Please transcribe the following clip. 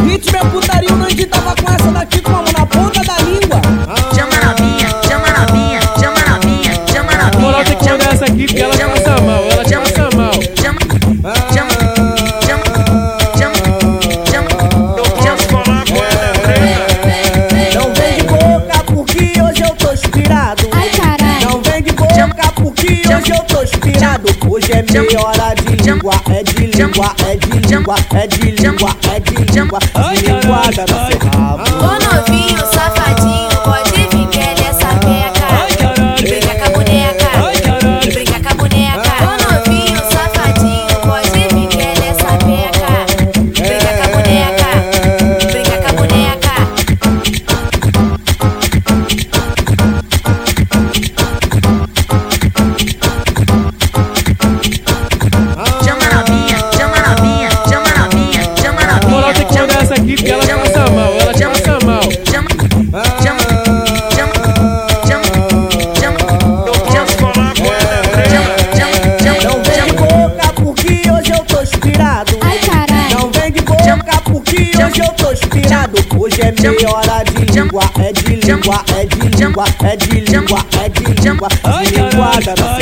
beat, meu putarinho não tava com essa daqui com a mão na ponta da língua. Chama na minha, chama na minha, chama na minha, chama na minha. moral tem que chama- mandar essa aqui porque ela chama- passa mal, ela chama- passa mal. Chama, chama, chama, chama, chama. Eu posso falar com Não vem de boca porque hoje eu tô inspirado. Ai, carai. Não vem de boca porque hoje eu tô inspirado. Hoje é meia hora de língua, é de língua, é de língua, é de língua, é de língua. Linguada no seu rabo. Ô novinho, safadinho, pode vir que ele é sapeca. Brinca com a boneca, brinca com a boneca. Ô novinho, safadinho, pode vir que ele é sapeca. Brinca com a boneca, brinca com a boneca. Chama na minha, chama na minha, chama na minha, chama na moral minha. tem que mandar essa aqui porque ela passa mal, ela Chama- passa mal. Chama, chama, chama, chama, chama. Eu posso falar com Chama, chama, Não chama, vem de chama. boca porque hoje eu tô inspirado. Ai, carai. Não vem de boca porque hoje eu tô inspirado. Hoje é meia hora de língua, é de língua, é de língua, é de língua, é de língua. Linguada no seu é é